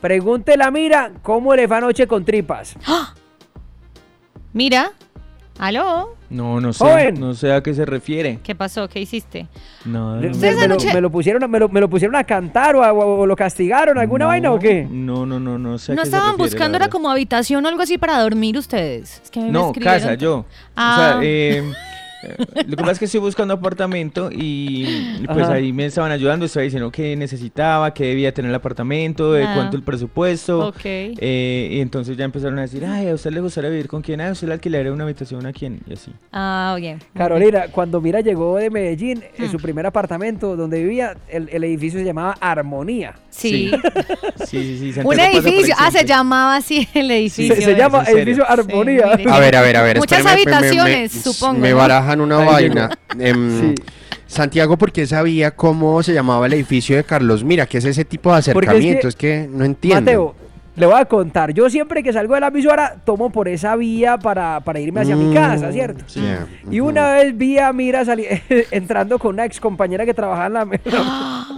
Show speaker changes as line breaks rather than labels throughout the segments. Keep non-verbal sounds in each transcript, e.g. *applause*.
Pregúntela, mira, ¿cómo le fue anoche con tripas?
Mira. ¿Aló?
No, no sé.
Joven.
No sé a qué se refiere.
¿Qué pasó? ¿Qué hiciste?
No,
Me,
no.
Ustedes
me lo,
anoche-
me lo pusieron, a- me, lo, me lo pusieron a cantar o, a- o- o lo castigaron, alguna
No,
vaina o qué?
No, no, no, no sé. a
No
qué se
estaban
refiere,
buscando,
la
era como habitación o algo así para dormir ustedes. Es que a mí me
No,
escribieron-
casa, yo.
Ah.
O sea, eh, *laughs* eh, lo que pasa es que estoy buscando apartamento y y pues
Ajá.
ahí me estaban ayudando, estaba diciendo que necesitaba, que debía tener el apartamento, de
Ah.
cuánto el presupuesto.
Ok.
eh, y entonces ya empezaron a decir, ay, ¿a usted le gustaría vivir con quién? Ay, ¿a usted le alquilaría una habitación a quién? Y así.
Ah, bien.
Carolina, cuando Mira llegó de Medellín, en
Ah.
Hmm.
su primer apartamento donde vivía, el, el edificio se llamaba Armonía.
*laughs* Sí.
Sí, sí, sí.
Un
Santiago pasa por ahí
edificio. Ah, se
siempre.
llamaba así *laughs* el
Se-
edificio.
se,
eh.
llama
¿Es en serio?
edificio Armonía. *laughs*
mire.
A ver, a ver, a ver.
Muchas
espéreme, me- me-
habitaciones,
me-
supongo,
Me
¿no?
barajan una
Ahí
vaina. Em,
Sí.
Santiago, ¿por qué sabía cómo se llamaba el edificio de Carlos? Mira, ¿qué es ese tipo de
Porque es que-
acercamiento? Es que, no entiendo.
Mateo, le voy a contar. Yo siempre que salgo de la emisora tomo por esa vía para, para irme hacia mi casa,
Mm,
¿cierto?
sí. Yeah,
Y
ujú.
una vez vi a Mira sali- *laughs* entrando con una ex compañera que trabajaba en la *laughs* mega.
*laughs*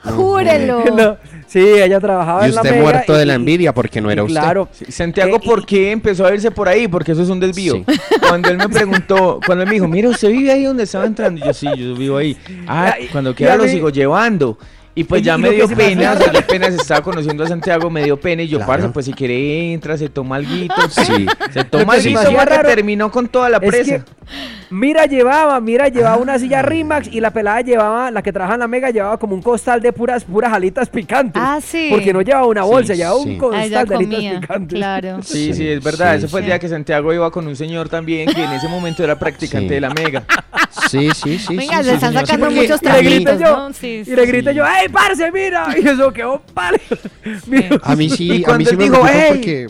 *laughs* Júrelo.
*laughs* sí, ella trabajaba
Y
en la
usted
mega
muerto de la
y-
envidia porque no
y
era usted.
Claro.
Sí, Santiago,
Eh, y-
¿por qué empezó a irse por ahí? Porque eso es un desvío.
Sí.
*laughs* Cuando él me preguntó, cuando él me dijo, mira, ¿usted vive ahí donde estaba entrando? Y yo, sí, yo vivo ahí. Ah,
Ya, y-
cuando
y
quiera
a
lo
mí-
sigo llevando. Y pues
Y-
ya
y
me
lo que
dio
se me
pena,
hace-
o sea, apenas estaba conociendo a Santiago, me dio pena y yo,
Claro.
parce, pues si quiere entra, se toma alguito,
*laughs* Sí.
se toma
Lo que se me
alguito,
hacía
porque
raro
terminó con toda la
Es
presa.
que Mira llevaba, Mira llevaba una
Ah.
silla Rimax y la pelada llevaba, la que trabajaba en la mega llevaba como un costal de puras puras alitas picantes.
Ah, sí.
Porque no llevaba una bolsa,
Sí,
llevaba
sí.
un
Ah,
Ah,
costal
ella
de alitas
comía.
picantes.
*laughs* Claro.
Sí, sí,
Sí,
es verdad.
sí,
Ese fue el
sí.
día que Santiago iba con un señor también que en ese momento era practicante
Sí.
de la mega.
Sí, sí, sí.
Venga,
sí,
se
sí,
están
señor. Sí,
sacando
porque-
muchos
Y le grité
trapitos,
yo,
¿no? Sí,
y le
sí.
grité yo, ¡ey, parce, mira! *laughs* Y eso quedó par. Mira,
A mí sí,
Y
a mí
cuando
sí
él
me
dijo,
preocupa
"Ey".
porque...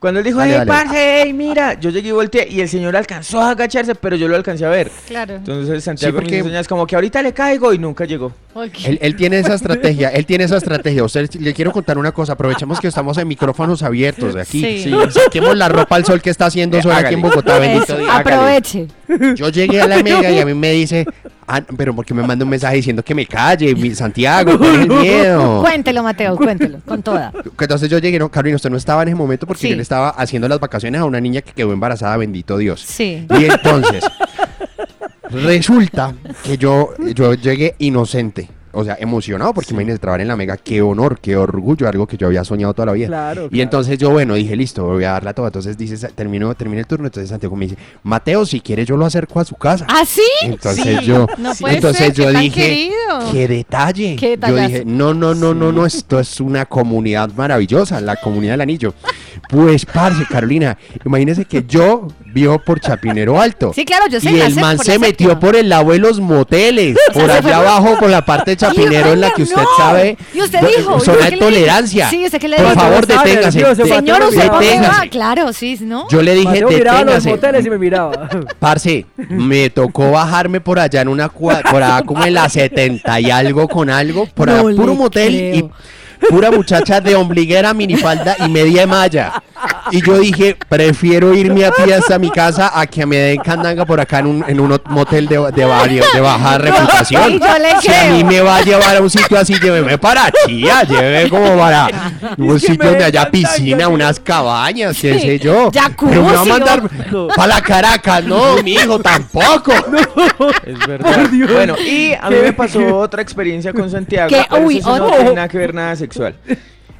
Cuando él dijo,
Dale,
hey,
dale.
parce, hey, mira, yo llegué y volteé y el señor alcanzó a agacharse, pero yo lo alcancé a ver.
Claro.
Entonces Santiago me
porque-
hizo señas como que ahorita le caigo y nunca llegó.
Ok.
Él, él tiene esa estrategia, él tiene esa estrategia. Usted, le quiero contar una cosa, aprovechemos que estamos en micrófonos abiertos de aquí.
Sí. Sí.
Saquemos la ropa al sol que está haciendo sol aquí en Bogotá, bendito
Eso,
Dios.
aproveche.
Yo
*laughs*
llegué a la mega y a mí me dice, ah, pero porque me manda un mensaje diciendo que me calle, mi Santiago, ¿cuál
*laughs*
es el miedo?
Cuéntelo, Mateo, cuéntelo, con toda.
Entonces yo llegué, no, Carolina, usted no estaba en ese momento porque
Sí.
yo le estaba haciendo las vacaciones a una niña que quedó embarazada, bendito Dios.
Sí.
Y entonces, resulta que yo, yo llegué inocente. O sea, emocionado, porque imagínese trabajar en la mega, qué honor, qué orgullo, algo que yo había soñado toda la vida.
Claro,
y
claro.
entonces yo, bueno, dije, listo, voy a darla toda. Entonces dice, Sa- termino, termina el turno. Entonces Santiago me dice, Mateo, si quieres, yo lo acerco a su casa.
¿Así?
Entonces yo,
¿Ah, No
Sí.
puede
entonces
ser,
yo
qué tan
dije,
querido.
qué detalle.
Qué
yo
detallazo.
dije, no, no, no, no, no, esto es una comunidad maravillosa, la comunidad del anillo. Pues, parce, Carolina, imagínese que yo vivo por Chapinero Alto.
Sí, claro, yo sé,
Y
la
el
sé,
man
por
se
la
metió
séptima.
por el lado de los moteles,
*laughs*
por
se fue
allá
por-
abajo, por la
*laughs*
parte de Chapinero, en la que usted
no.
sabe.
Y usted
do-
dijo, ¿y
Zona
usted
de
qué le dijo?
tolerancia.
Sí, usted qué le
Por
dijo.
favor,
Estaba
deténgase.
nervioso, Mateo
Señor, ¿usted para dónde
Deténgase.
va? Claro, sí, ¿no?
Yo le dije,
Mateo miraba los
deténgase.
moteles y me
*laughs*
miraba.
Parce, me tocó bajarme por allá en una cuadra, por allá como en la 70 y algo con algo, por
No
allá puro
le
motel
creo.
y pura muchacha de ombliguera, minifalda y media de malla. Y yo dije, prefiero irme a pie hasta mi casa a que me den candanga por acá en un, en un motel de, de, barrio- de baja reputación.
y yo le
si a
creo.
mí me va a llevar a un sitio así, lléveme para Chía, lléveme como para un
Es que me
sitio donde
den
haya
candanga,
piscina,
sí.
unas cabañas, qué
Sí,
sé yo. Pero me va
jacuzzi,
a
¿no?
mandar
No.
para la Caracas, no, mi hijo, tampoco.
Es *laughs* verdad.
Dios.
Bueno, y a mí
Qué-
me pasó otra experiencia con Santiago.
Qué-
pero
uy,
eso sí no
otra.
tiene nada que ver nada sexual.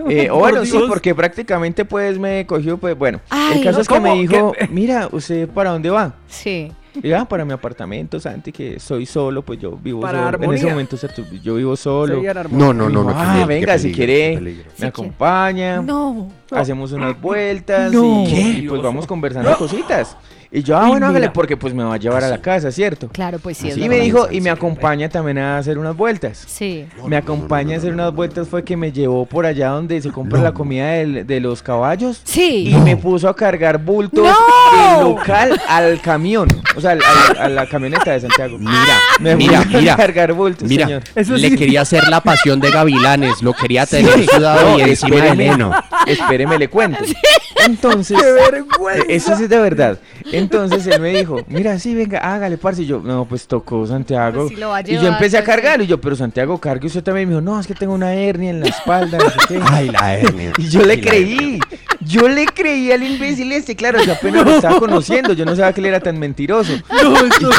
Eh, o
Por
bueno, sí,
Dios.
porque prácticamente pues me cogió, pues bueno.
Ay,
el caso
no,
es que me
¿cómo?
dijo,
¿Qué?
*laughs* mira, ¿usted para dónde va?
Sí.
Y yo, "Ah, para mi apartamento, Santi, que soy solo, pues yo vivo
Para
solo. En ese
Armonía.
momento, ¿cierto? Yo vivo solo.
Seguían armando.
No, no, no, no. qué
Ah,
peligro,
venga,
qué
si
peligro,
quiere.
qué peligro.
Me
quiere.
acompaña.
No.
hacemos unas vueltas
No.
y,
¿Qué?
y, pues vamos conversando cositas. Y yo, ah, bueno, hágale, porque pues me va a llevar a la casa, ¿cierto?
Claro, pues sí. es
Y me
verdad.
dijo, y me acompaña también a hacer unas vueltas.
Sí.
Me acompaña a hacer unas vueltas fue que me llevó por allá donde se compra la comida del- de los caballos.
Sí.
Y me puso a cargar bultos
No.
del local al camión. O sea, al- al- a la camioneta de Santiago.
Mira,
me
mira,
puso a
mira.
cargar bultos,
Mira,
señor.
Eso
le
sí.
quería hacer la pasión de gavilanes, lo quería tener sudado
No,
y encima de
espéreme,
heno.
déjeme le cuento.
*laughs*
Entonces,
¡Qué vergüenza!
eh, eso sí es de verdad. Entonces él me dijo, mira, sí, venga, hágale, parce. Y yo, no, pues tocó Santiago.
Pues sí lo va a
y yo
llevar,
empecé a
pues,
cargar. Y yo, pero Santiago, cargue usted también. Y me dijo, no, es que tengo una hernia en la espalda. no sé qué".
Ay, la hernia.
Y yo le
la hernia.
creí. Yo le creí al imbécil este, claro, yo apenas lo estaba conociendo, yo no sabía que él era tan mentiroso.
No, esto,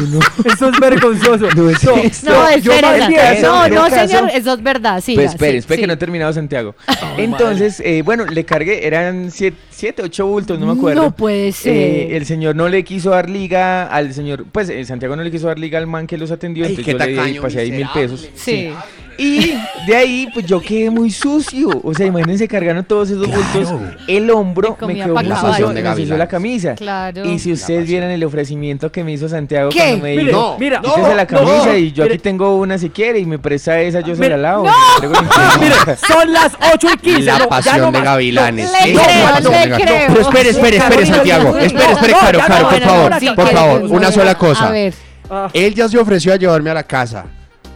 esto es vergonzoso.
No es esto.
No,
yo
espérese.
mandé
eso,
No,
en
no,
un caso-
señor, eso es verdad. Siga,
Pues espere,
sí,
espere que
sí.
no he terminado
*laughs*
Santiago. Entonces, eh, bueno, le cargué, eran siete, siete, ocho bultos, no me acuerdo.
No puede ser.
Eh, el señor no le quiso dar liga al señor, pues eh, Santiago no le quiso dar liga al man que los atendió,
Ay,
entonces
qué
yo le di-
tacaño
pasé ahí mil
miserable.
pesos.
Sí.
Y de ahí, pues yo quedé muy sucio. O sea, imagínense cargando todos esos bultos. El hombro
Te
me
comía
quedó
pa'
muy
caballo.
sucio,
De
y me sució la
gavilanes.
camisa.
Claro.
Y si ustedes vieran el ofrecimiento que me hizo Santiago
¿Qué?
cuando me dijo,
Mire,
No,
mira,
no,
Quítese la camisa
no,
y yo
mire.
aquí tengo una si quiere y me presta esa, yo se
Mire,
la lavo. le
*laughs*
entrego en
Mire,
chinga.
son las 8 y 15.
La
no, ya
pasión
no
de
más.
gavilanes.
No, le
Esa
creo,
pasión
le
de gavilanes.
creo.
Pero espere, espere, espere,
No,
Santiago.
no,
Espere, espere,
no,
Caro,
ya
Caro,
no, no,
por
no,
favor.
no, no,
Por
no,
favor,
no,
una
no,
sola
A
cosa.
ver.
Ah,
Él ya se ofreció a llevarme a la casa.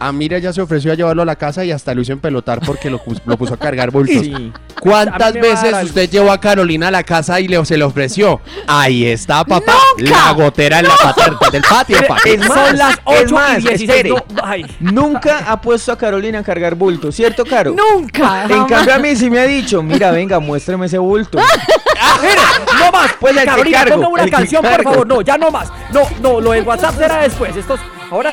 A Mira ya se ofreció a llevarlo a la casa y hasta lo hizo empelotar porque lo, pus- lo puso a cargar bultos.
Sí.
A
¿Cuántas
mí me va a dar
veces
algo.
usted llevó a Carolina a la casa y le, se le ofreció? Ahí está, papá.
¡Nunca!
La gotera en la patata del patio,
mire,
papá.
Es más,
son las
es
8
más,
y 16.
espere.
no, ay.
Nunca ha puesto a Carolina a cargar bulto, ¿cierto, Caro?
Nunca.
En
jamás.
cambio a mí sí me ha dicho, mira, venga, muéstrame ese bulto.
*laughs* No más,
Pues al que
Carolina,
cargo,
ponga una
al que
canción, por
cargo.
favor. No, ya no más. No, no, lo del WhatsApp será después. Estos, ahora,